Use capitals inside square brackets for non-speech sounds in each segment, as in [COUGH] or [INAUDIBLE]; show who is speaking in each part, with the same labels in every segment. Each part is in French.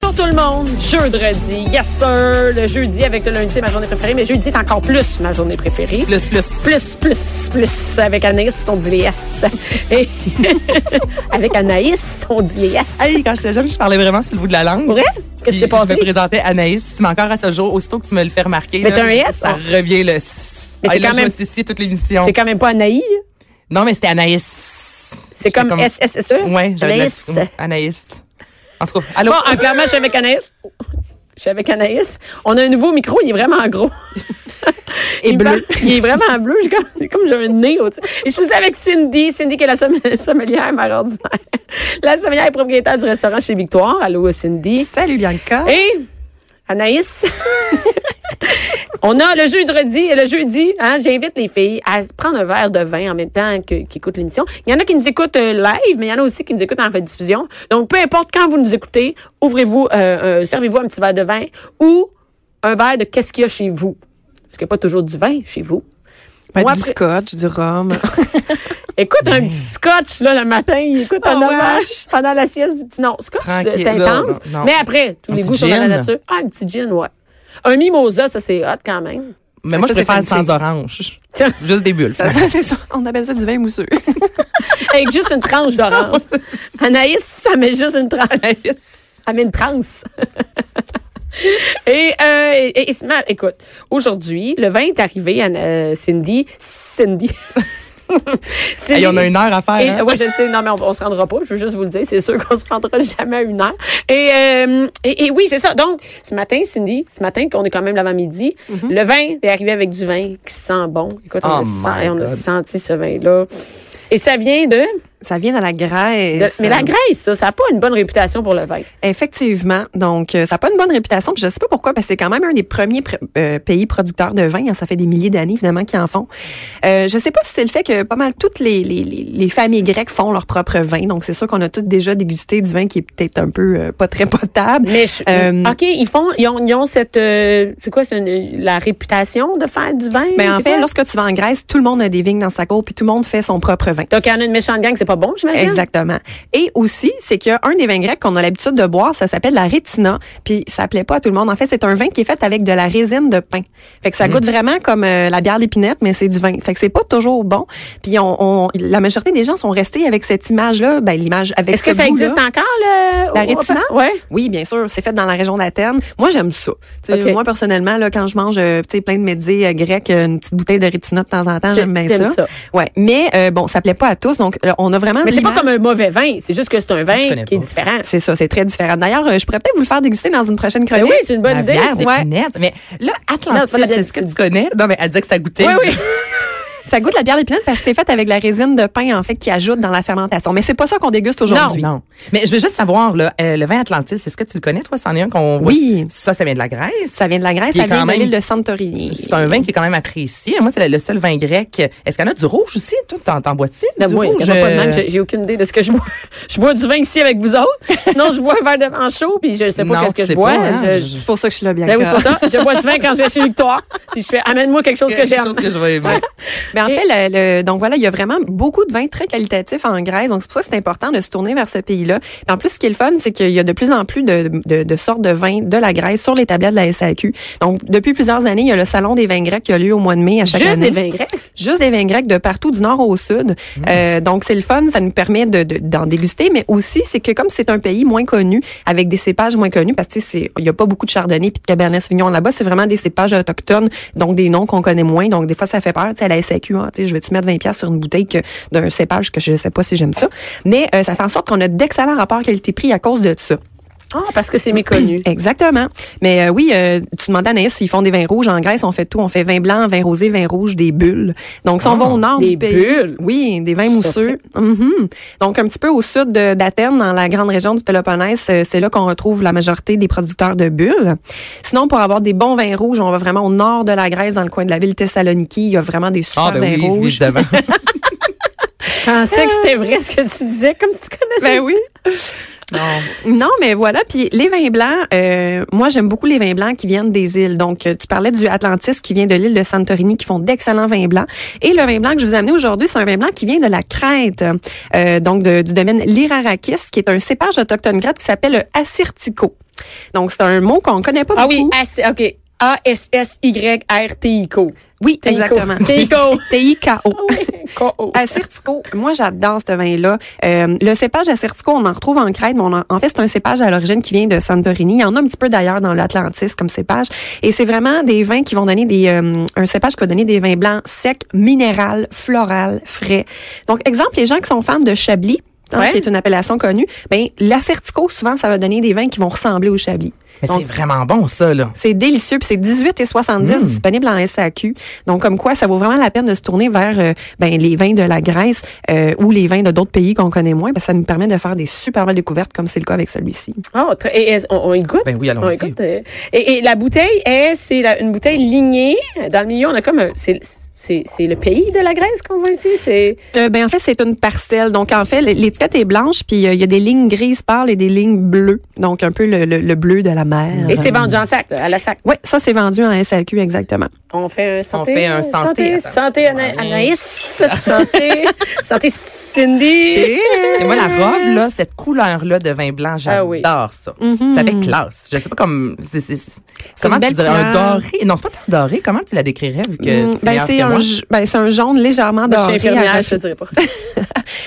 Speaker 1: Bonjour tout le monde, jeudi, yes sir, le jeudi avec le lundi, c'est ma journée préférée, mais jeudi est encore plus ma journée préférée.
Speaker 2: Plus, plus.
Speaker 1: Plus, plus, plus, avec Anaïs, on dit les yes. Et [LAUGHS] avec Anaïs, on dit les yes.
Speaker 2: Hey, quand j'étais jeune, je parlais vraiment sur le bout de la langue.
Speaker 1: Vrai? Qu'est-ce qui s'est passé?
Speaker 2: Je me présentais Anaïs, mais encore à ce jour, aussitôt que tu me le fais remarquer,
Speaker 1: Mais
Speaker 2: là,
Speaker 1: t'as un
Speaker 2: je-
Speaker 1: yes,
Speaker 2: ça
Speaker 1: hein?
Speaker 2: revient le... s-
Speaker 1: Mais c'est
Speaker 2: Hey, là,
Speaker 1: quand
Speaker 2: je me
Speaker 1: même-
Speaker 2: suis scié toute l'émission.
Speaker 1: C'est quand même pas Anaïs,
Speaker 2: Non, mais c'était Anaïs.
Speaker 1: c'est
Speaker 2: J'étais
Speaker 1: comme SSSE.
Speaker 2: Ouais, j'avais de la-
Speaker 1: E? Anaïs.
Speaker 2: Anaïs. En tout cas, allô?
Speaker 1: Bon, en clairement, je suis avec Anaïs. Je suis avec Anaïs. On a un nouveau micro, il est vraiment gros.
Speaker 2: [LAUGHS] Et
Speaker 1: Il
Speaker 2: bleu.
Speaker 1: va- Il est vraiment bleu. J'ai comme, c'est comme j'ai un nez au-dessus. Et je suis avec Cindy. Cindy qui est la somm- sommelière, ma ordinaire. La sommelière est propriétaire du restaurant chez Victoire. Allô, Cindy.
Speaker 2: [LAUGHS] Salut, Bianca.
Speaker 1: Et Anaïs. On a le jeudi et le jeudi, hein, j'invite les filles à prendre un verre de vin en même temps que- qu'ils écoutent l'émission. Il y en a qui nous écoutent euh, live, mais il y en a aussi qui nous écoutent en rediffusion. Donc, peu importe quand vous nous écoutez, ouvrez-vous, euh, euh, servez-vous un petit verre de vin ou un verre de qu'est-ce qu'il y a chez vous. Parce qu'il n'y a pas toujours du vin chez vous.
Speaker 3: Ben,
Speaker 1: Moi,
Speaker 3: du
Speaker 1: après-
Speaker 3: scotch, du rhum.
Speaker 1: Écoute
Speaker 2: Mm.
Speaker 1: un petit scotch là, le matin, il écoute un
Speaker 3: Ah ouais?
Speaker 1: hommage pendant la sieste. du petit- Non, scotch,
Speaker 2: Tranquille,
Speaker 1: c'est intense.
Speaker 2: non, non, non.
Speaker 1: Mais après, tous
Speaker 2: Un
Speaker 1: les
Speaker 2: petit
Speaker 1: goûts sont dans la
Speaker 2: gin.
Speaker 1: nature. Ah, un petit gin, ouais. Un mimosa, ça c'est hot quand même.
Speaker 2: Mais moi,
Speaker 3: Ça,
Speaker 2: je
Speaker 3: c'est
Speaker 2: préfère
Speaker 3: fancy.
Speaker 2: sans orange.
Speaker 1: Tiens.
Speaker 2: Juste des bulles.
Speaker 3: c'est [LAUGHS] ça. On appelle ça du vin mousseux.
Speaker 1: Avec juste une
Speaker 2: [LAUGHS]
Speaker 1: tranche d'orange. Anaïs, ça met juste une tranche.
Speaker 2: [LAUGHS] Anaïs.
Speaker 1: Elle met une transe. [LAUGHS] et, euh, et- et ce matin, écoute, aujourd'hui, le vin est arrivé, Anna- euh, Cindy. Cindy. [LAUGHS] Cindy.
Speaker 2: Hey, on a une heure à
Speaker 1: Et,
Speaker 2: faire. hein?
Speaker 1: ouais, je le sais. Non, mais on, on se rendra pas. Je veux juste vous le dire. C'est sûr qu'on [LAUGHS] se rendra jamais à une heure. Et, euh, et, et oui, c'est ça. Donc, ce matin, Cindy, ce matin, qu'on est quand même l'avant-midi, le vin est arrivé avec du vin qui sent bon. Écoute, on,
Speaker 2: Oh
Speaker 1: a, sen-
Speaker 2: my
Speaker 1: on a
Speaker 2: God.
Speaker 1: senti ce vin-là. Et ça vient de...
Speaker 3: Ça vient de la
Speaker 1: de-
Speaker 3: Grèce.
Speaker 1: mais la Grèce, ça, ça n'a pas une bonne réputation pour le vin.
Speaker 3: Effectivement. Donc, euh, ça n'a pas une bonne réputation. Puis je sais pas pourquoi, parce que c'est quand même un des premiers pr- euh, pays producteurs de vin. hein. Ça fait des milliers d'années, évidemment, qu'ils en font. Euh, je sais pas si c'est le fait que pas mal toutes les, les, les- les familles grecques font leur propre vin. Donc, c'est sûr qu'on a toutes déjà dégusté du vin qui est peut-être un peu euh, pas très potable.
Speaker 1: Mais je-
Speaker 3: Euh,
Speaker 1: OK, ils font... Ils ont, ils ont cette... euh, c'est quoi, c'est une- la réputation de faire du vin?
Speaker 3: Mais Ben, en
Speaker 1: c'est
Speaker 3: fait,
Speaker 1: quoi?
Speaker 3: lorsque tu vas en Grèce, tout le monde a des vignes dans sa cour, puis tout le monde fait son propre vin.
Speaker 1: Donc, il y en a une méchante gang, c'est pas bon, j'imagine?
Speaker 3: Exactement. Et aussi, c'est qu'il y a un des vins grecs qu'on a l'habitude de boire, ça s'appelle la rétina, puis ça plaît pas à tout le monde. En fait, c'est un vin qui est fait avec de la résine de pain. Fait que
Speaker 1: Mhm.
Speaker 3: ça goûte vraiment comme euh, la bière d'épinette, mais c'est du vin. Fait que c'est pas toujours bon. Puis on, on- la majorité des gens sont restés avec cette image-là, ben l'image avec
Speaker 1: Est-ce que
Speaker 3: ce
Speaker 1: ça
Speaker 3: goût-là.
Speaker 1: existe encore, le...
Speaker 3: La rétina?
Speaker 1: Ouais.
Speaker 3: Oui, bien sûr, c'est fait dans la région d'Athènes. Moi, j'aime ça. Tu sais,
Speaker 1: Ok.
Speaker 3: Moi, personnellement, là, quand je mange euh, tu sais, plein de médés euh, grecs, euh, une petite bouteille de rétina de temps en temps,
Speaker 1: C'est-
Speaker 3: j'aime bien
Speaker 1: t'aimes
Speaker 3: ça.
Speaker 1: ça.
Speaker 3: Ouais, mais euh, bon, ça plaît pas à tous, donc euh, on a vraiment.
Speaker 1: Mais c'est pas
Speaker 3: l'image-
Speaker 1: comme un mauvais vin, c'est juste que c'est un vin
Speaker 2: Je connais
Speaker 1: qui est
Speaker 2: pas.
Speaker 1: différent.
Speaker 3: C'est ça, c'est très différent. D'ailleurs, euh, je pourrais peut-être vous le faire déguster dans une prochaine
Speaker 1: Ben
Speaker 3: chronique.
Speaker 1: oui, c'est une bonne
Speaker 2: La
Speaker 1: idée.
Speaker 2: bière,
Speaker 1: c'est-
Speaker 2: c'est
Speaker 1: ouais.
Speaker 2: pinette. Mais là,
Speaker 1: Non, c'est pas la
Speaker 2: Atlantis,
Speaker 1: bière
Speaker 2: est-ce que tu connais? Non, mais elle disait que ça goûtait.
Speaker 1: Oui, oui.
Speaker 3: Ça goûte la bière d'épinette parce que c'est fait avec la résine de pain, en fait, qui ajoute dans la fermentation. Mais c'est pas ça qu'on déguste aujourd'hui.
Speaker 2: Non. Mais je veux juste savoir, là, euh, le vin Atlantis, est-ce que tu le connais, toi, c'en est un qu'on voit?
Speaker 3: Oui.
Speaker 2: Ça, ça vient de la Grèce.
Speaker 3: Ça vient de la Grèce,
Speaker 2: Puis
Speaker 3: ça vient
Speaker 2: quand
Speaker 3: de
Speaker 2: même-
Speaker 3: l'île de Santorini.
Speaker 2: C'est un vin qui est quand même apprécié. Moi, c'est le- le seul vin grec. Est-ce qu'il y en a du rouge aussi? Toi, t'en, t'en bois-tu?
Speaker 1: Non,
Speaker 3: Ben
Speaker 2: du
Speaker 1: Ben, moi,
Speaker 2: rouge?
Speaker 1: il y en a pas de
Speaker 2: euh,
Speaker 1: même, j'ai j'ai aucune idée de ce que je bois. [LAUGHS] Je bois du vin ici avec vous
Speaker 2: [LAUGHS]
Speaker 1: autres. Sinon, je bois un verre de vin chaud, puis je sais pas
Speaker 2: Non,
Speaker 1: qu'est-ce que
Speaker 2: tu
Speaker 1: je
Speaker 2: sais
Speaker 1: bois.
Speaker 2: pas, hein,
Speaker 1: Je-
Speaker 2: je-
Speaker 3: C'est pour ça que je suis là, bien.
Speaker 1: Ben oui, c'est pas ça. Je bois du vin quand je vais chez Victoire, puis je fais amène-moi quelque chose que
Speaker 2: quelque
Speaker 1: j'aime.
Speaker 2: chose que je vais aimer.
Speaker 3: Mais en fait, le, le- donc voilà, il y a vraiment beaucoup de vins très qualitatifs en Grèce. Donc c'est pour ça que c'est important de se tourner vers ce pays-là. Puis En plus, ce qui est le fun, c'est qu'il y a de plus en plus de, de, de sortes de vins de la Grèce sur les tablettes de la SAQ. Donc depuis plusieurs années, il y a le salon des vins grecs qui a lieu au mois de mai à chaque
Speaker 1: Juste
Speaker 3: année.
Speaker 1: des vins grecs.
Speaker 3: juste des vins grecs de partout du nord au sud. Euh, donc c'est le fun, ça nous permet de, de- d'en déguster, mais aussi c'est que comme c'est un pays moins connu, avec des cépages moins connus, parce que tu sais, c'est- il y a pas beaucoup de chardonnay puis de cabernet sauvignon là-bas, c'est vraiment des cépages autochtones, donc des noms qu'on connaît moins, donc des fois ça fait peur, tu sais, à la SAQ, hein, tu sais, je vais-tu mettre 20 pièces sur une bouteille que- d'un cépage que je sais pas si j'aime ça, mais euh, ça fait en sorte qu'on a d'excellents rapports qualité-prix à cause de ça.
Speaker 1: Ah, parce que c'est
Speaker 2: [CLEARS THROAT]
Speaker 1: méconnu.
Speaker 3: Exactement. Mais euh, oui, euh, tu demandais à Anaïs s'ils font des vins rouges. En Grèce, on fait tout. On fait vin blanc, vin rosé, vin rouge, des bulles. Donc, si on
Speaker 2: Ah,
Speaker 3: va au nord
Speaker 1: des
Speaker 3: du pays...
Speaker 1: bulles.
Speaker 3: Oui, des vins mousseux. Mhm. Donc, un petit peu au sud de- d'Athènes, dans la grande région du Péloponnèse, euh, c'est là qu'on retrouve la majorité des producteurs de bulles. Sinon, pour avoir des bons vins rouges, on va vraiment au nord de la Grèce, dans le coin de la ville Thessaloniki. Il y a vraiment des super
Speaker 2: Ah, ben
Speaker 3: vins
Speaker 2: oui,
Speaker 3: rouges.
Speaker 2: évidemment.
Speaker 1: Je pensais que c'était vrai ce que tu disais, comme si tu connaissais.
Speaker 3: Ben oui.
Speaker 2: non.
Speaker 3: [LAUGHS] Non, mais voilà. Puis les vins blancs, euh, moi j'aime beaucoup les vins blancs qui viennent des îles. Donc euh, tu parlais du Atlantis qui vient de l'île de Santorini, qui font d'excellents vins blancs. Et le vin blanc que je vous ai amené aujourd'hui, c'est un vin blanc qui vient de la Crète, euh, donc de- du domaine Lirarakis, qui est un cépage autochtone grec qui s'appelle le Assyrtiko. Donc, c'est un mot qu'on connaît pas
Speaker 1: Ah oui,
Speaker 3: beaucoup.
Speaker 1: S, OK. A-S-S-Y-R-T-I-C-O.
Speaker 3: oui,
Speaker 1: Teiko.
Speaker 3: exactement. [LAUGHS]
Speaker 1: Teiko.
Speaker 3: T-I-K-O.
Speaker 1: Ah
Speaker 2: [LAUGHS]
Speaker 1: K-O.
Speaker 3: Assyrtiko, moi j'adore ce vin-là. Euh, le cépage Assyrtiko, on en retrouve en Crète, mais on en, en fait c'est un cépage à l'origine qui vient de Santorini. Il y en a un petit peu d'ailleurs dans l'Atlantis comme cépage. Et c'est vraiment des vins qui vont donner des euh, un cépage qui va donner des vins blancs secs, minéral, floral, frais. Donc exemple, les gens qui sont fans de Chablis, hein,
Speaker 1: Ouais.
Speaker 3: qui est une appellation connue, ben l'Acertico, souvent ça va donner des vins qui vont ressembler au Chablis.
Speaker 2: Mais
Speaker 3: Donc,
Speaker 2: c'est vraiment bon, ça, là.
Speaker 3: c'est délicieux, puis c'est 18 et 70 disponible en SAQ. Donc comme quoi ça vaut vraiment la peine de se tourner vers euh, ben, les vins de la Grèce euh, ou les vins de d'autres pays qu'on connaît moins, ben, ça nous permet de faire des super belles découvertes comme c'est le cas avec celui-ci.
Speaker 1: Ah, très- et, et- on, on y goûte?
Speaker 2: Ben oui, allons-y.
Speaker 1: On y goûte, euh, Et, et la bouteille est, c'est la- une bouteille lignée. Dans le milieu, on a comme un- c'est, c'est, c'est le pays de la Grèce qu'on voit ici. C'est,
Speaker 3: Euh, ben en fait c'est une parcelle. Donc en fait l- l'étiquette est blanche puis euh, il y a des lignes grises pâles et des lignes bleues. Donc un peu le, le- le bleu de la mer.
Speaker 1: et c'est
Speaker 2: Ah.
Speaker 1: vendu en sac, là, à la sac.
Speaker 3: Oui, ça c'est vendu en SAQ exactement.
Speaker 1: On fait un santé.
Speaker 2: fait un santé.
Speaker 1: Santé,
Speaker 2: Attends,
Speaker 1: santé
Speaker 2: excuse-moi,
Speaker 1: Ana-
Speaker 2: Annie.
Speaker 1: Anaïs.
Speaker 2: [LAUGHS]
Speaker 1: santé. Santé Cindy.
Speaker 2: Et moi, la robe, là, cette couleur-là de vin blanc, j'adore
Speaker 1: Ah oui.
Speaker 2: ça. Ça fait classe. Je sais pas comme, c'est, c'est- c'est-
Speaker 3: Mm-hmm. C'est une
Speaker 2: comment tu
Speaker 3: belle
Speaker 2: dirais, un
Speaker 3: couleur.
Speaker 2: doré. Non, c'est pas tant doré. Comment tu la décrirais, vu que
Speaker 3: Mm,
Speaker 2: t'es
Speaker 3: ben
Speaker 2: meilleure
Speaker 3: c'est
Speaker 2: que
Speaker 3: un
Speaker 2: moi?
Speaker 3: ja- ben, c'est un jaune légèrement
Speaker 1: Je suis
Speaker 3: doré. à
Speaker 1: infirmière, je te
Speaker 3: raffi-
Speaker 1: dirais pas.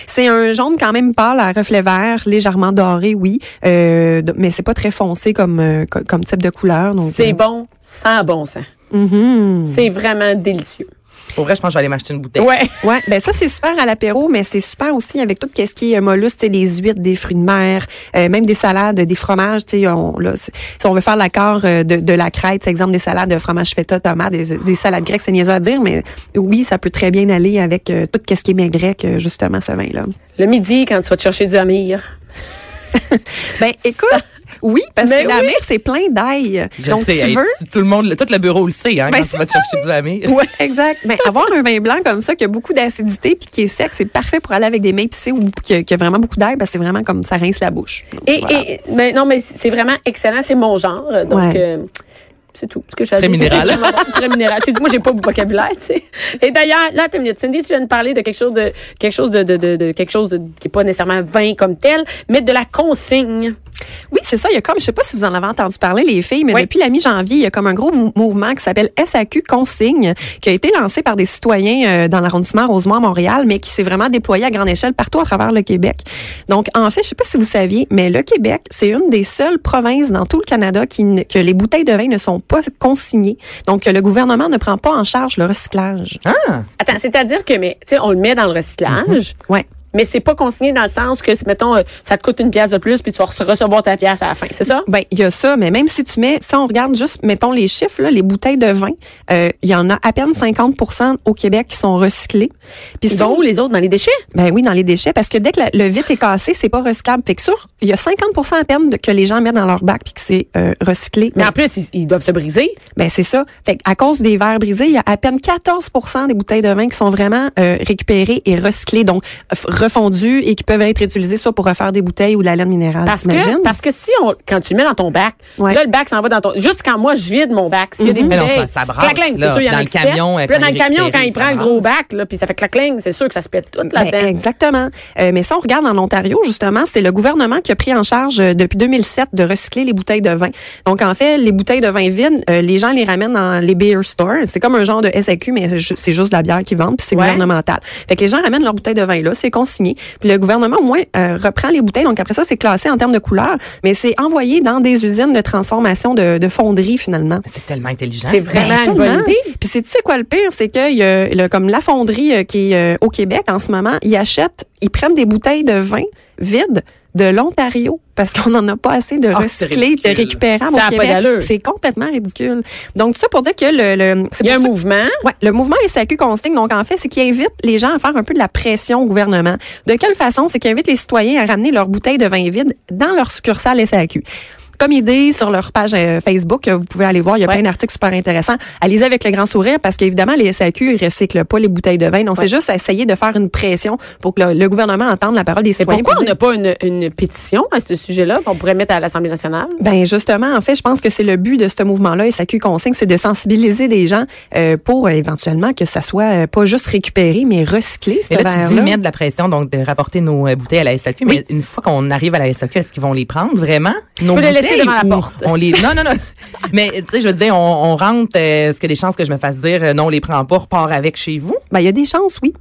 Speaker 3: C'est un jaune quand même pâle à reflet vert, légèrement doré, oui, euh, d- mais c'est pas très foncé comme euh, co- comme type de couleur. Donc
Speaker 1: C'est bon, sans bon sens.
Speaker 3: Mhm.
Speaker 2: Mm-hmm.
Speaker 1: C'est vraiment délicieux.
Speaker 2: Pour vrai, je pense que je vais aller m'acheter une bouteille.
Speaker 1: Ouais.
Speaker 3: Ouais, ben ça c'est super à l'apéro, mais c'est super aussi avec tout ce qui est euh, mollusque, tu sais, les huîtres, des fruits de mer, euh, même des salades, des fromages. Tu sais, on, là, c'est- si on veut faire l'accord euh, de, de la crête, c'est exemple des salades de fromage feta, tomate, des, des salades grecques, c'est niaiseux à dire, mais oui, ça peut très bien aller avec euh, tout ce qui est grec, justement ce vin-là.
Speaker 1: Le midi, quand tu vas te chercher du amir.
Speaker 3: Ben écoute, oui, parce que
Speaker 1: Ben
Speaker 3: la
Speaker 1: oui.
Speaker 3: mer c'est plein d'ail.
Speaker 2: Je
Speaker 3: Donc
Speaker 2: sais,
Speaker 3: tu
Speaker 2: hey,
Speaker 3: veux
Speaker 2: tu- tout le monde, tout le bureau le sait, hein,
Speaker 3: Ben,
Speaker 2: quand tu
Speaker 3: c'est
Speaker 2: vas te chercher du ami.
Speaker 3: Ouais, exact. Mais avoir un vin blanc comme ça qui a beaucoup d'acidité puis qui est sec, c'est parfait pour aller avec des mains pissées ou qui a, qui a vraiment beaucoup d'air parce que c'est vraiment comme ça rince la bouche. Donc,
Speaker 1: Et,
Speaker 3: voilà.
Speaker 1: et- mais non, mais c'est vraiment excellent. C'est mon genre. Donc,
Speaker 3: Ouais.
Speaker 1: euh, c'est tout ce que j'avais
Speaker 2: Très
Speaker 1: dit.
Speaker 2: minéral.
Speaker 1: C'est vraiment [LAUGHS] Très minéral. C'est- Moi, j'ai pas de vocabulaire, tu sais. Et d'ailleurs, là, t'as une minute. Cindy, tu viens de parler de quelque chose de, quelque chose de, de, de, de- quelque chose de- qui est pas nécessairement vin comme tel, mais de la consigne.
Speaker 3: Oui, c'est ça. Il y a comme, je sais pas si vous en avez entendu parler, les filles, mais
Speaker 1: Oui.
Speaker 3: depuis la mi-janvier, il y a comme un gros mou- mouvement qui s'appelle SAQ Consigne, qui a été lancé par des citoyens euh, dans l'arrondissement Rosemont-Montréal, mais qui s'est vraiment déployé à grande échelle partout à travers le Québec. Donc, en fait, je sais pas si vous saviez, mais le Québec, c'est une des seules provinces dans tout le Canada qui ne- que les bouteilles de vin ne sont pas consignées. Donc, que le gouvernement ne prend pas en charge le recyclage.
Speaker 2: Ah!
Speaker 1: Attends, c'est-à-dire que, mais, tu sais, on le met dans le recyclage.
Speaker 3: Ouais.
Speaker 1: Mais c'est pas consigné dans le sens que, mettons, euh, ça te coûte une pièce de plus, puis tu vas rece- recevoir ta pièce à la fin, c'est ça?
Speaker 3: Ben, il y a ça, mais même si tu mets, si on regarde juste, mettons les chiffres, là, les bouteilles de vin, euh, il y en a à peine 50 au Québec qui sont recyclées. Puis
Speaker 1: Ils
Speaker 3: sur-
Speaker 1: sont où les autres dans les déchets?
Speaker 3: Ben oui, dans les déchets, parce que dès que la- le vitre est cassé, c'est pas recyclable. Fait que sur, il y a 50 à peine de- que les gens mettent dans leur bac puis que c'est euh, recyclé.
Speaker 1: Mais en plus, ils, ils doivent se briser.
Speaker 3: Ben c'est ça. Fait que à cause des verres brisés, il y a à peine 14 des bouteilles de vin qui sont vraiment euh, récupérées et recyclées, donc f- refondues et qui peuvent être utilisées soit pour refaire des bouteilles ou de la laine minérale.
Speaker 1: Parce
Speaker 3: t'imagines?
Speaker 1: que, parce que si on, quand tu le mets dans ton bac,
Speaker 3: Ouais. Mm-hmm.
Speaker 1: là, le bac s'en va dans ton, juste quand moi, je vide mon bac, s'il y a des
Speaker 2: Mais non,
Speaker 1: bouteilles,
Speaker 2: ça- ça brasse,
Speaker 1: clac-clac,
Speaker 2: là.
Speaker 1: c'est sûr, il y en a
Speaker 2: Dans le
Speaker 1: qui se pètent.
Speaker 2: camion,
Speaker 1: Puis là,
Speaker 2: quand
Speaker 1: dans le
Speaker 2: il
Speaker 1: camion,
Speaker 2: récupère,
Speaker 1: quand il
Speaker 2: ça
Speaker 1: prend le gros
Speaker 2: brasse.
Speaker 1: bac, là, puis ça fait clac-clac, c'est sûr que ça se pète tout
Speaker 3: Ben,
Speaker 1: là-dedans.
Speaker 3: exactement. Euh, mais ça, on regarde en Ontario, justement, c'est le gouvernement qui a pris en charge euh, depuis 2007 de recycler les bouteilles de vin. Donc, en fait, les bouteilles de vin vides, euh, les gens les ramènent dans les beer stores. C'est comme un genre de SAQ, mais c'est ju- c'est juste de la bière qu'ils vendent, puis c'est
Speaker 1: Ouais.
Speaker 3: gouvernemental. Fait que les gens ramènent leurs bouteilles de vin là, c'est consigné. Puis le gouvernement, au moins, euh, reprend les bouteilles. Donc, après ça, c'est classé en termes de couleur, mais c'est envoyé dans des usines de transformation de, de fonderies, finalement.
Speaker 2: Mais C'est tellement intelligent.
Speaker 1: C'est vraiment
Speaker 3: Ben,
Speaker 1: une bonne
Speaker 3: tellement.
Speaker 1: idée.
Speaker 3: Puis c'est tu sais quoi le pire, c'est que il y a le- comme la fonderie euh, qui est euh, au Québec en ce moment, ils achètent, ils prennent des bouteilles de vin vides de l'Ontario parce qu'on n'en a pas assez de
Speaker 2: Ah, c'est
Speaker 3: recyclés,
Speaker 2: ridicule.
Speaker 3: de récupérables
Speaker 1: Ça a
Speaker 3: au
Speaker 1: pas
Speaker 3: Québec.
Speaker 1: d'allure.
Speaker 3: C'est complètement ridicule. Donc tout ça pour dire que le, le c'est
Speaker 1: Il y a un
Speaker 3: pour ça que-
Speaker 1: mouvement.
Speaker 3: Ouais, le mouvement SAQ consigne, donc en fait, c'est qu'il invite les gens à faire un peu de la pression au gouvernement. De quelle façon? C'est qu'il invite les citoyens à ramener leurs bouteilles de vin vide dans leur succursale SAQ. Comme ils disent sur leur page euh, Facebook, euh, vous pouvez aller voir, il y a
Speaker 1: Ouais.
Speaker 3: plein d'articles super intéressants. Allez-y avec le grand sourire parce qu'évidemment, les SAQ, ils recyclent pas les bouteilles de vin. Donc, c'est juste à essayer de faire une pression pour que le, le gouvernement entende la parole des
Speaker 1: Mais
Speaker 3: citoyens.
Speaker 1: pourquoi on
Speaker 3: puis
Speaker 1: n'a
Speaker 3: dire-
Speaker 1: pas une, une pétition à ce sujet-là qu'on pourrait mettre à l'Assemblée nationale?
Speaker 3: Ben justement, en fait, je pense que c'est le but de ce mouvement-là, SAQ Consigne, c'est de sensibiliser des gens euh, pour euh, éventuellement que ça soit euh, pas juste récupéré, mais recyclé. ce
Speaker 2: Mais là, tu dis
Speaker 3: verre-là.
Speaker 2: mettre de la pression, donc de rapporter nos euh, bouteilles à la SAQ. Mais une fois qu'on arrive à la SAQ, est-ce qu'ils vont les prendre vraiment? Nos
Speaker 1: peux les
Speaker 2: bouteilles?
Speaker 1: laisser laisser devant la
Speaker 2: ou
Speaker 1: porte.
Speaker 2: On les, non, non, [LAUGHS] non. Mais, tu sais, je veux dire, on, on rentre, euh, est-ce que les chances que je me fasse dire, euh, non, on les prend pas, repart avec chez vous?
Speaker 3: Ben, il y a des chances, oui.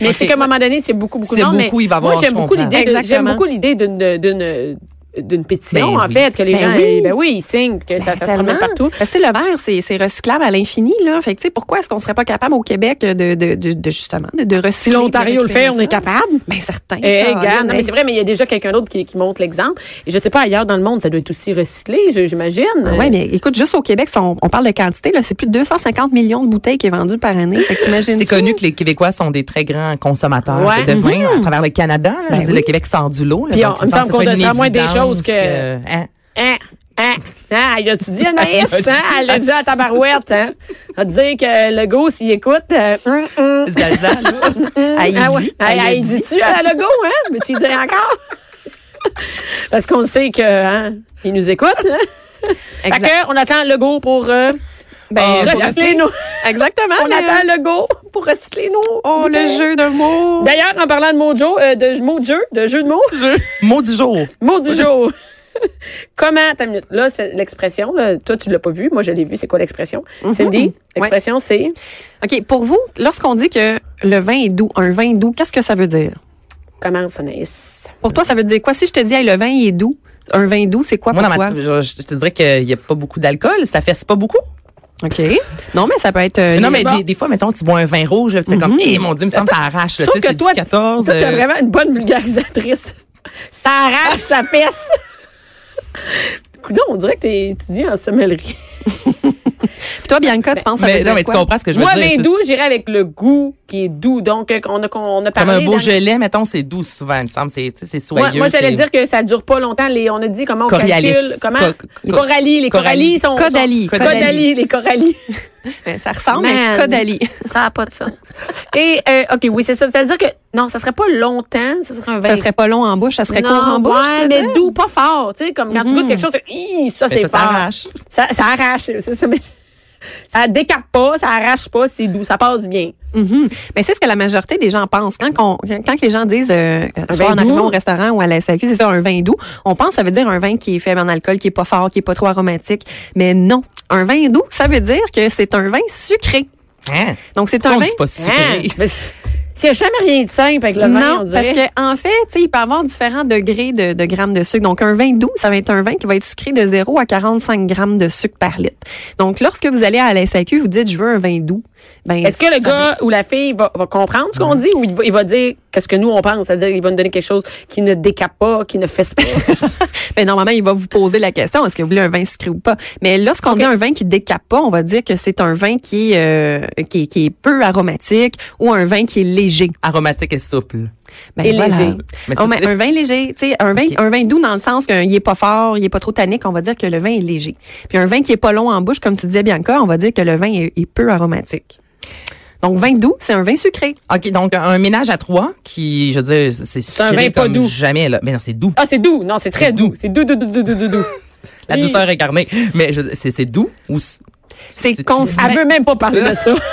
Speaker 1: Mais c'est
Speaker 2: Ok.
Speaker 1: qu'à un moment donné, c'est beaucoup, beaucoup de
Speaker 2: C'est
Speaker 1: monde,
Speaker 2: beaucoup,
Speaker 1: mais
Speaker 2: il va avoir,
Speaker 1: Moi, j'aime
Speaker 2: je
Speaker 1: beaucoup
Speaker 2: comprends.
Speaker 1: l'idée de- j'aime
Speaker 3: Exactement.
Speaker 1: beaucoup l'idée d'une, d'une, d'une pétition,
Speaker 2: Ben
Speaker 1: en
Speaker 2: oui.
Speaker 1: fait, que les
Speaker 3: Ben
Speaker 1: gens,
Speaker 3: oui.
Speaker 1: ben oui, ils signent, que ça,
Speaker 3: Ben,
Speaker 1: ça se promène
Speaker 3: tellement.
Speaker 1: partout.
Speaker 3: Parce que le verre, c'est c'est recyclable à l'infini, là. Fait que, tu sais, pourquoi est-ce qu'on serait pas capable au Québec de, de, de, de justement, de, de
Speaker 1: Si
Speaker 3: recycler?
Speaker 1: l'Ontario le fait, on est
Speaker 3: capable.
Speaker 1: capable.
Speaker 3: Bien, certain.
Speaker 1: Eh,
Speaker 3: Caroline, Ben,
Speaker 1: regarde, non, mais
Speaker 3: hey.
Speaker 1: c'est vrai, mais il y a déjà quelqu'un d'autre qui, qui montre l'exemple. Et je sais pas, ailleurs dans le monde, ça doit être aussi recyclé, je- j'imagine.
Speaker 3: Oui, Ah mais écoute, juste au Québec, si on, on parle de quantité, là, c'est plus de 250 millions de bouteilles qui est vendues par année. Fait que t'imagines
Speaker 2: C'est
Speaker 3: ça?
Speaker 2: connu que les Québécois sont des très grands consommateurs
Speaker 1: Ouais. Mm-hmm. Ben
Speaker 2: de vin à travers le Canada. là. Je veux dire, le Québec sort du lot. Là,
Speaker 1: Puis
Speaker 2: donc,
Speaker 1: on-
Speaker 2: il me semble
Speaker 1: qu'on doit
Speaker 2: que ce soit
Speaker 1: faire
Speaker 2: une
Speaker 1: moins des
Speaker 2: évidence
Speaker 1: choses que-
Speaker 2: hein.
Speaker 1: Hein? Hein? Hein? Elle a-tu dit Anaïs?
Speaker 2: Elle a
Speaker 1: hein? Elle l'a dit à ta barouette, hein? Elle va te dire que le go, s'il écoute, euh, hum, hum.
Speaker 2: Zaza, là.
Speaker 3: À Ivy,
Speaker 1: [LAUGHS] Ah ouais.
Speaker 3: à
Speaker 1: Hey, hey,
Speaker 3: Ivy.
Speaker 1: dis-tu à Legault, hein? Mais tu y dis encore? Parce qu'on sait que, hein, il nous écoute. Hein? Fait
Speaker 3: Exact.
Speaker 1: que, on attend Legault pour, euh,
Speaker 3: Ben,
Speaker 2: Ah,
Speaker 3: pour-
Speaker 1: recycler nos,
Speaker 3: Exactement.
Speaker 1: on
Speaker 3: mais,
Speaker 1: attend
Speaker 3: euh,
Speaker 1: Legault pour recycler nos.
Speaker 3: Oh, le
Speaker 1: bouteilles.
Speaker 3: jeu de mots.
Speaker 1: D'ailleurs, en parlant de mots de jeu, euh, de mots de jeu, de jeu de mots,
Speaker 2: Mot du jour.
Speaker 1: mot du jour. [LAUGHS] Comment, ta minute, là, c'est l'expression, là, toi, tu l'as pas vu, moi, je l'ai vu, c'est quoi l'expression?
Speaker 2: Mm-hmm.
Speaker 1: Cindy, l'expression, c'est,
Speaker 3: OK, pour vous, lorsqu'on dit que le vin est doux, un vin est doux, qu'est-ce que ça veut dire?
Speaker 1: commence,
Speaker 2: Ben,
Speaker 1: Anaïs.
Speaker 3: Pour toi, ça veut dire quoi? Si je te dis, hey, le vin il est doux, un vin doux, c'est
Speaker 1: Ah,
Speaker 3: quoi
Speaker 2: Moi,
Speaker 3: pour
Speaker 2: dans ma,
Speaker 3: toi?
Speaker 2: je, je te dirais qu'il n'y a pas beaucoup d'alcool. Ça fesse pas beaucoup.
Speaker 3: OK. Non, mais ça peut être... euh,
Speaker 2: non, mais
Speaker 3: des-
Speaker 2: des, des fois, mettons, tu bois un vin rouge, là, tu fais comme, eh, mon Dieu, il me semble que ça arrache. Là,
Speaker 1: Mm-hmm. Je trouve
Speaker 2: tu sais,
Speaker 1: que
Speaker 2: c'est
Speaker 1: toi,
Speaker 2: du 14.
Speaker 1: toi, t'es
Speaker 2: euh,
Speaker 1: vraiment une bonne vulgarisatrice. [LAUGHS] Ça arrache, ça fesse. [LAUGHS] Coudon, on dirait que t'es étudiant en sommellerie.
Speaker 3: Puis toi, Bianca, tu penses que ça veut
Speaker 2: euh, mais
Speaker 3: dire
Speaker 2: non, mais tu
Speaker 3: quoi?
Speaker 2: comprends ce que je veux
Speaker 1: Moi,
Speaker 2: dire.
Speaker 1: mais
Speaker 2: c'est-
Speaker 1: doux, j'irai avec le goût qui est doux. Donc, euh, on a, on a
Speaker 2: Comme
Speaker 1: parlé.
Speaker 2: un beau
Speaker 1: dans-
Speaker 2: gelé, mettons, c'est doux souvent, il me semble. C'est, tu sais, c'est
Speaker 1: Moi,
Speaker 2: soyeux.
Speaker 1: moi, j'allais
Speaker 2: c'est-
Speaker 1: dire que ça dure pas longtemps. Les, on a dit comment on
Speaker 2: Coriolis.
Speaker 1: calcule. Comment?
Speaker 2: Co- co-
Speaker 1: les coralies. Les coralies
Speaker 2: Coralie.
Speaker 1: sont.
Speaker 3: Caudalie,
Speaker 1: sont-
Speaker 3: caudalie.
Speaker 1: Caudalie, les coralies.
Speaker 3: Ben, ça ressemble
Speaker 1: Man.
Speaker 3: à Caudalie.
Speaker 1: Ça n'a pas de sens. Et, euh, OK, oui, c'est ça. C'est-à-dire que, non, ça serait pas longtemps. Ça serait un vin
Speaker 3: Ça serait pas long en bouche, ça serait
Speaker 1: Ben, Non,
Speaker 3: court en bouche. tu
Speaker 1: Ouais,
Speaker 3: veux
Speaker 1: mais
Speaker 3: dire? Mm-hmm.
Speaker 1: doux, pas fort. Tu sais, comme quand tu goûtes quelque chose, tu- Hi, ça,
Speaker 2: Mais
Speaker 1: c'est
Speaker 2: ça
Speaker 1: fort.
Speaker 2: s'arrache.
Speaker 1: Ça, ça arrache. c'est ça, mais- [LAUGHS] ça décape pas, ça arrache pas, c'est doux, ça passe bien.
Speaker 3: Mhm. Mais c'est ce que la majorité des gens pensent. Quand, qu'on- quand les gens disent, euh, soit
Speaker 1: vin
Speaker 3: en arrivant
Speaker 1: doux.
Speaker 3: au restaurant ou à la SAQ, c'est ça, un vin doux, on pense que ça veut dire un vin qui est faible en alcool, qui est pas fort, qui est pas trop aromatique. Mais non, un vin doux, ça veut dire que c'est un vin sucré.
Speaker 2: Hein?
Speaker 3: Donc, c'est un
Speaker 2: On
Speaker 3: vin...
Speaker 2: dit pas sucré.
Speaker 1: Hein? Mais c'est- S'il n'y a jamais rien de simple avec le vin, on
Speaker 3: Non, parce
Speaker 1: dirait.
Speaker 3: que en fait, tu sais, il peut avoir différents degrés de, de grammes de sucre. Donc, un vin doux, ça va être un vin qui va être sucré de 0 à 45 grammes de sucre par litre. Donc, lorsque vous allez à la SAQ, vous dites, je veux un vin doux. Ben,
Speaker 1: Est-ce que
Speaker 3: ça
Speaker 1: le gars ou la fille va, va comprendre ce qu'on dit ou il va, il va dire qu'est-ce que nous on pense? C'est-à-dire, il va nous donner quelque chose qui ne décape pas, qui ne fesse pas.
Speaker 3: [LAUGHS] Ben, normalement, il va vous poser la question, est-ce que vous voulez un vin sucré ou pas? Mais lorsqu'on dit un vin qui décape pas, on va dire que c'est un vin qui, est, euh, qui, est- qui est peu aromatique ou un vin qui est léger.
Speaker 2: Aromatique et souple.
Speaker 3: Ben,
Speaker 1: Et léger.
Speaker 2: Mais
Speaker 3: Oh,
Speaker 2: ça,
Speaker 3: ben,
Speaker 2: c'est-
Speaker 3: un vin léger, tu sais, un vin, un vin doux dans le sens qu'il est pas fort, il est pas trop tannique, on va dire que le vin est léger. Puis un vin qui est pas long en bouche, comme tu disais Bianca, on va dire que le vin est, est peu aromatique. Donc vin doux, c'est un vin sucré.
Speaker 2: OK, donc un ménage à trois qui, je veux dire, c'est
Speaker 1: un
Speaker 2: sucré
Speaker 1: vin pas
Speaker 2: comme
Speaker 1: doux.
Speaker 2: jamais. Là. Mais non, c'est doux.
Speaker 1: Ah, c'est doux. Non, c'est très doux. C'est doux, doux, doux, doux, doux, doux, doux.
Speaker 2: La
Speaker 1: Oui.
Speaker 2: douceur incarnée. Mais je- c'est c'est doux ou... c-
Speaker 3: C'est
Speaker 2: c'est-
Speaker 3: cons-
Speaker 1: Elle veut même pas parler de ça. [LAUGHS]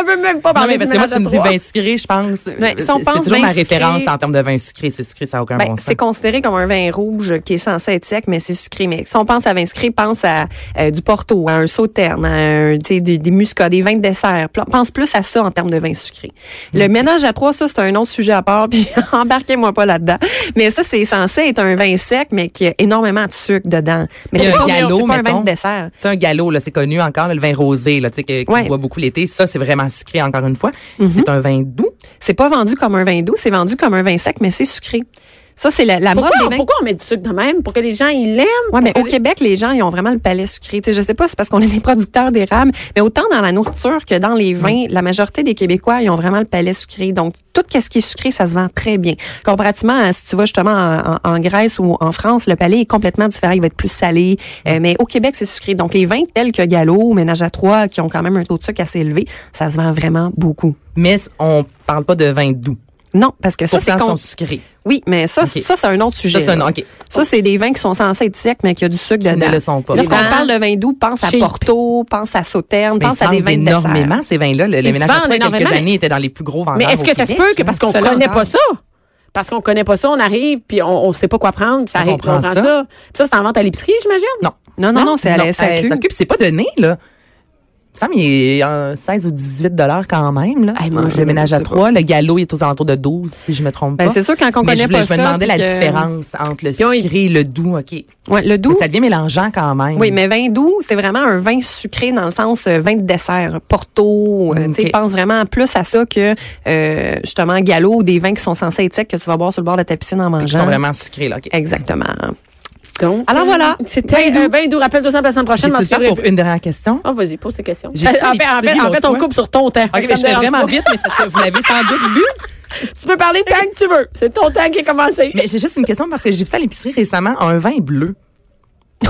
Speaker 1: Elle veut même pas
Speaker 2: Non,
Speaker 1: parler
Speaker 2: mais
Speaker 1: de
Speaker 2: parce que moi, tu me dis
Speaker 1: trois.
Speaker 2: vin sucré, je pense.
Speaker 3: Ouais, si on
Speaker 2: c'est
Speaker 3: pense
Speaker 2: c'est toujours
Speaker 3: vin
Speaker 2: ma
Speaker 3: sucré-
Speaker 2: référence en termes de vin sucré. C'est sucré, ça n'a aucun
Speaker 3: Ben,
Speaker 2: bon sens.
Speaker 3: c'est considéré comme un vin rouge qui est censé être sec, mais c'est sucré. Mais si on pense à vin sucré, pense à euh, du porto, à un sauterne, à un, tu sais, des, des muscats, des vins de dessert. Pl- Pense plus à ça en termes de vin sucré. Le ménage à trois, ça, c'est un autre sujet à part, [LAUGHS] puis embarquez-moi pas là-dedans. Mais ça, c'est censé être un vin sec, mais qui a énormément de sucre dedans. Mais
Speaker 2: Il y
Speaker 3: c'est
Speaker 2: a
Speaker 3: pas,
Speaker 2: un galop,
Speaker 3: c'est pas un vin
Speaker 2: mettons.
Speaker 3: de dessert.
Speaker 2: C'est un galop, là, c'est connu encore, là, le vin rosé, là, tu sais, que, qu'on
Speaker 3: Ouais. Mhm.
Speaker 2: boit beaucoup l'été. Ça, c'est vraiment sucré, encore une fois. C'est un vin doux.
Speaker 3: C'est pas vendu comme un vin doux, c'est vendu comme un vin sec, mais c'est sucré. Ça, c'est la, la mode
Speaker 1: Pourquoi,
Speaker 3: des vins.
Speaker 1: pourquoi on met du sucre de même? Pour que les gens, ils l'aiment?
Speaker 3: Ouais,
Speaker 1: [LAUGHS]
Speaker 3: mais
Speaker 1: Pour
Speaker 3: au
Speaker 1: que-
Speaker 3: Québec, les gens, ils ont vraiment le palais sucré. Tu sais, je sais pas, c'est parce qu'on est des producteurs d'érable, mais autant dans la nourriture que dans les vins, la majorité des Québécois, ils ont vraiment le palais sucré. Donc, tout ce qui est sucré, ça se vend très bien. Comparativement à si tu vas justement en, en- en Grèce ou en France, le palais est complètement différent. Il va être plus salé. Euh, mais au Québec, c'est sucré. Donc, les vins tels que Gallo, Ménage à trois, qui ont quand même un taux de sucre assez élevé, ça se vend vraiment beaucoup.
Speaker 2: Mais c- on parle pas de vin doux.
Speaker 3: Non, parce que ça, c'est
Speaker 2: Pourtant,
Speaker 3: con-
Speaker 2: sont sucrés.
Speaker 3: Oui, mais ça,
Speaker 2: Ok.
Speaker 3: ça, c'est un autre sujet.
Speaker 2: Ça, c'est un,
Speaker 3: là.
Speaker 2: OK.
Speaker 3: Ça, c'est des vins qui sont censés être secs, mais qui a du sucre
Speaker 2: Qui
Speaker 3: dedans.
Speaker 2: ne le sont pas.
Speaker 3: Lorsqu'on
Speaker 1: Dedans.
Speaker 3: parle de vin doux, pense à
Speaker 1: Cheap.
Speaker 3: Porto, pense à Sauterne,
Speaker 2: Mais ils
Speaker 3: pense à
Speaker 2: se
Speaker 3: des
Speaker 2: vendent
Speaker 3: vins de dessert.
Speaker 2: énormément, ces vins-là. Le, le
Speaker 1: Ils se
Speaker 2: ménage à
Speaker 1: vendent
Speaker 2: trois, il y a quelques
Speaker 1: énormément.
Speaker 2: années, était dans les plus gros vendeurs.
Speaker 1: Mais est-ce
Speaker 2: au
Speaker 1: que ça se
Speaker 2: Québec,
Speaker 1: peut que
Speaker 2: là.
Speaker 1: parce qu'on
Speaker 3: Cela
Speaker 1: connaît
Speaker 3: encore.
Speaker 1: pas ça? Parce qu'on connaît pas ça, on arrive, puis on, on sait pas quoi prendre, puis ça
Speaker 2: On
Speaker 1: arrive, puis on
Speaker 2: prend
Speaker 1: prend
Speaker 2: ça.
Speaker 1: ça. Puis ça, c'est en vente à l'épicerie, j'imagine?
Speaker 2: Non. euh,
Speaker 3: Non, non, non, c'est à la SAQ.
Speaker 2: SAQ, puis c'est pas donné, là. Ça me semble qu'il est en 16 ou 18 dollars quand même. Là.
Speaker 1: Hey, mon Dieu,
Speaker 2: le ménage
Speaker 3: je
Speaker 2: à
Speaker 3: sais
Speaker 2: trois, le galop il est aux alentours de 12, si je me trompe
Speaker 3: Ben,
Speaker 2: pas.
Speaker 3: c'est sûr, quand on
Speaker 2: Mais
Speaker 3: connaît
Speaker 2: je, voulais-
Speaker 3: pas
Speaker 2: je me
Speaker 3: ça,
Speaker 2: demandais la
Speaker 3: puis que-
Speaker 2: différence entre le
Speaker 1: Puis on-
Speaker 2: sucré et le doux. OK.
Speaker 3: Ouais, le
Speaker 2: Mais
Speaker 3: doux.
Speaker 2: ça devient mélangeant quand même.
Speaker 3: Oui, mais vin doux, c'est vraiment un vin sucré dans le sens euh, vin de dessert, Porto. euh,
Speaker 2: Mm,
Speaker 3: tu sais,
Speaker 2: ok.
Speaker 3: pense vraiment plus à ça que euh, justement galop, des vins qui sont censés être secs que tu vas boire sur le bord de ta piscine en
Speaker 2: Ils sont
Speaker 3: mangeant.
Speaker 2: vraiment sucrés, là. OK.
Speaker 3: Exactement. [LAUGHS]
Speaker 1: Donc,
Speaker 3: Alors
Speaker 1: euh,
Speaker 3: voilà.
Speaker 1: C'était
Speaker 3: Ben doux.
Speaker 1: euh, ben doux. Rappelle-toi ça la semaine
Speaker 2: J'ai
Speaker 1: prochaine. m'en
Speaker 2: tout le temps
Speaker 1: suivrai
Speaker 2: pour une dernière question.
Speaker 1: Ah, vas-y, pose tes questions. [LAUGHS] En
Speaker 2: J'ai
Speaker 1: fait,
Speaker 2: fait
Speaker 1: en
Speaker 2: l'épicerie
Speaker 1: fait, en
Speaker 2: l'autre
Speaker 1: fait, on
Speaker 2: fois.
Speaker 1: coupe sur ton temps.
Speaker 2: OK,
Speaker 1: Ça me
Speaker 2: mais je fais
Speaker 1: dérange
Speaker 2: vraiment
Speaker 1: pas.
Speaker 2: vite, mais c'est parce que vous l'avez sans doute vu.
Speaker 1: Tu peux parler tant que tu veux. C'est ton temps qui est commencé.
Speaker 2: Mais j'ai juste une question parce que j'ai vu ça à l'épicerie récemment, un vin bleu.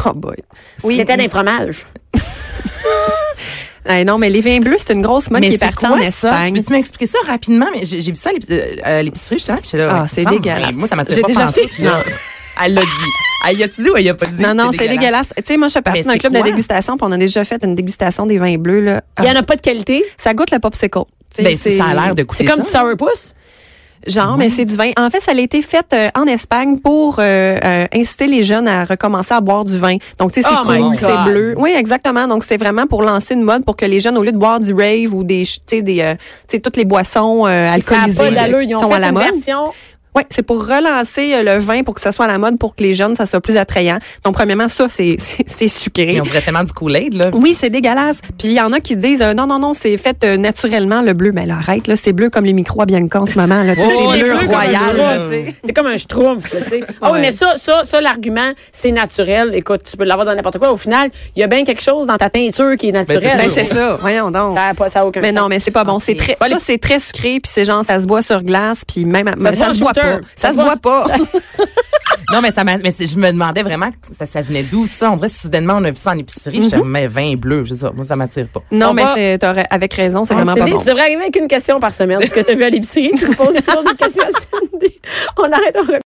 Speaker 3: Oh boy.
Speaker 1: C'était d'un fromage.
Speaker 3: Eh non, mais les vins bleus, c'est une grosse mode qui est
Speaker 2: c'est
Speaker 3: partie
Speaker 2: quoi
Speaker 3: en
Speaker 2: ça? Tu
Speaker 3: Espagne.
Speaker 2: peux-tu m'expliquer ça rapidement? Mais j'ai j'ai vu ça à l'épic- euh, à l'épicerie, justement, puis j'étais là.
Speaker 3: Ah,
Speaker 2: ouais,
Speaker 3: c'est
Speaker 2: il me semble,
Speaker 3: dégueulasse.
Speaker 2: mais Moi, ça m'a
Speaker 3: J'ai
Speaker 2: pas
Speaker 3: déjà
Speaker 2: pensé.
Speaker 3: fait-
Speaker 2: Puis là, [LAUGHS] Elle l'a dit. Elle l'a-tu dit ou elle l'a pas dit?
Speaker 3: Non, non, c'est dégueulasse. Tu sais, moi, je fais partie
Speaker 2: Mais
Speaker 3: d'un
Speaker 2: c'est
Speaker 3: club de
Speaker 2: quoi?
Speaker 3: dégustation, puis on a déjà fait une dégustation des vins bleus. Là.
Speaker 1: Il n'y
Speaker 3: Ah,
Speaker 1: en a pas de qualité.
Speaker 3: Ça goûte le popsicle. Tu sais,
Speaker 2: Ben, c'est- ça a l'air de coûter
Speaker 1: C'est comme du
Speaker 2: ça.
Speaker 1: sourpuss.
Speaker 3: Genre, mais c'est du vin. En fait, ça a été fait euh, en Espagne pour euh, euh, inciter les jeunes à recommencer à boire du vin. Donc, tu sais, c'est
Speaker 1: Oh my
Speaker 3: cool, c'est
Speaker 1: God.
Speaker 3: bleu. Oui, exactement. Donc, c'était vraiment pour lancer une mode pour que les jeunes, au lieu de boire du rave ou des, ch- tu sais, des, euh, tu sais, toutes les boissons euh,
Speaker 1: Ça n'a
Speaker 3: alcoolisées,
Speaker 1: pas d'allure. Ils
Speaker 3: euh,
Speaker 1: ont
Speaker 3: sont
Speaker 1: fait
Speaker 3: à la
Speaker 1: une
Speaker 3: mode.
Speaker 1: version.
Speaker 3: Oui, c'est pour relancer euh, le vin pour que ça soit à la mode pour que les jeunes, ça soit plus attrayant. Donc, premièrement, ça, c'est [LAUGHS] c'est- c'est sucré.
Speaker 2: Mais on dirait tellement du Kool-Aid, là.
Speaker 3: Oui, c'est dégueulasse. Puis il y en a qui disent euh, non non non, c'est fait euh, naturellement le bleu, mais là, arrête là, c'est bleu comme les micros à Bianca en ce moment là, Tu sais,
Speaker 2: Oh,
Speaker 3: c'est
Speaker 2: les
Speaker 3: bleu
Speaker 2: bleus comme
Speaker 3: royal.
Speaker 2: le roi,
Speaker 3: là.
Speaker 2: tu sais.
Speaker 1: C'est comme un schtroumpf, tu sais. Oh,
Speaker 3: Ouais.
Speaker 1: mais ça, ça, ça, l'argument, c'est naturel. Écoute, tu peux l'avoir dans n'importe quoi. Au final, il y a bien quelque chose dans ta teinture qui est naturel.
Speaker 2: Ben,
Speaker 3: Ben,
Speaker 2: sûr.
Speaker 3: c'est ça, voyons donc.
Speaker 1: Ça Ah, n'a pas, ça a aucun
Speaker 3: mais
Speaker 1: sens.
Speaker 3: non, mais c'est pas bon. C'est très,
Speaker 2: Pas
Speaker 3: ça
Speaker 2: les-
Speaker 3: c'est très sucré, puis c'est genre ça se boit sur glace, puis même mais
Speaker 1: se
Speaker 3: ça,
Speaker 1: boit
Speaker 3: se
Speaker 1: au
Speaker 3: boit
Speaker 1: shooter.
Speaker 3: pas, ça se boit pas.
Speaker 2: Non, mais ça m'a- mais c'est- je me demandais vraiment, ça, ça venait d'où ça? On dirait, soudainement, on a vu ça en épicerie,
Speaker 3: Mm-hmm.
Speaker 2: je mais vin bleu, je sais pas, moi, ça m'attire pas.
Speaker 3: non
Speaker 1: On
Speaker 3: mais
Speaker 1: va-
Speaker 3: c'est t'aurais- avec raison, c'est
Speaker 1: Ah,
Speaker 3: vraiment pas
Speaker 1: Cindy,
Speaker 3: bon.
Speaker 1: Tu devrais arriver avec une question par semaine. Ce que tu as vu à l'épicerie, tu poses toujours des questions à Cindy. On arrête, on revient.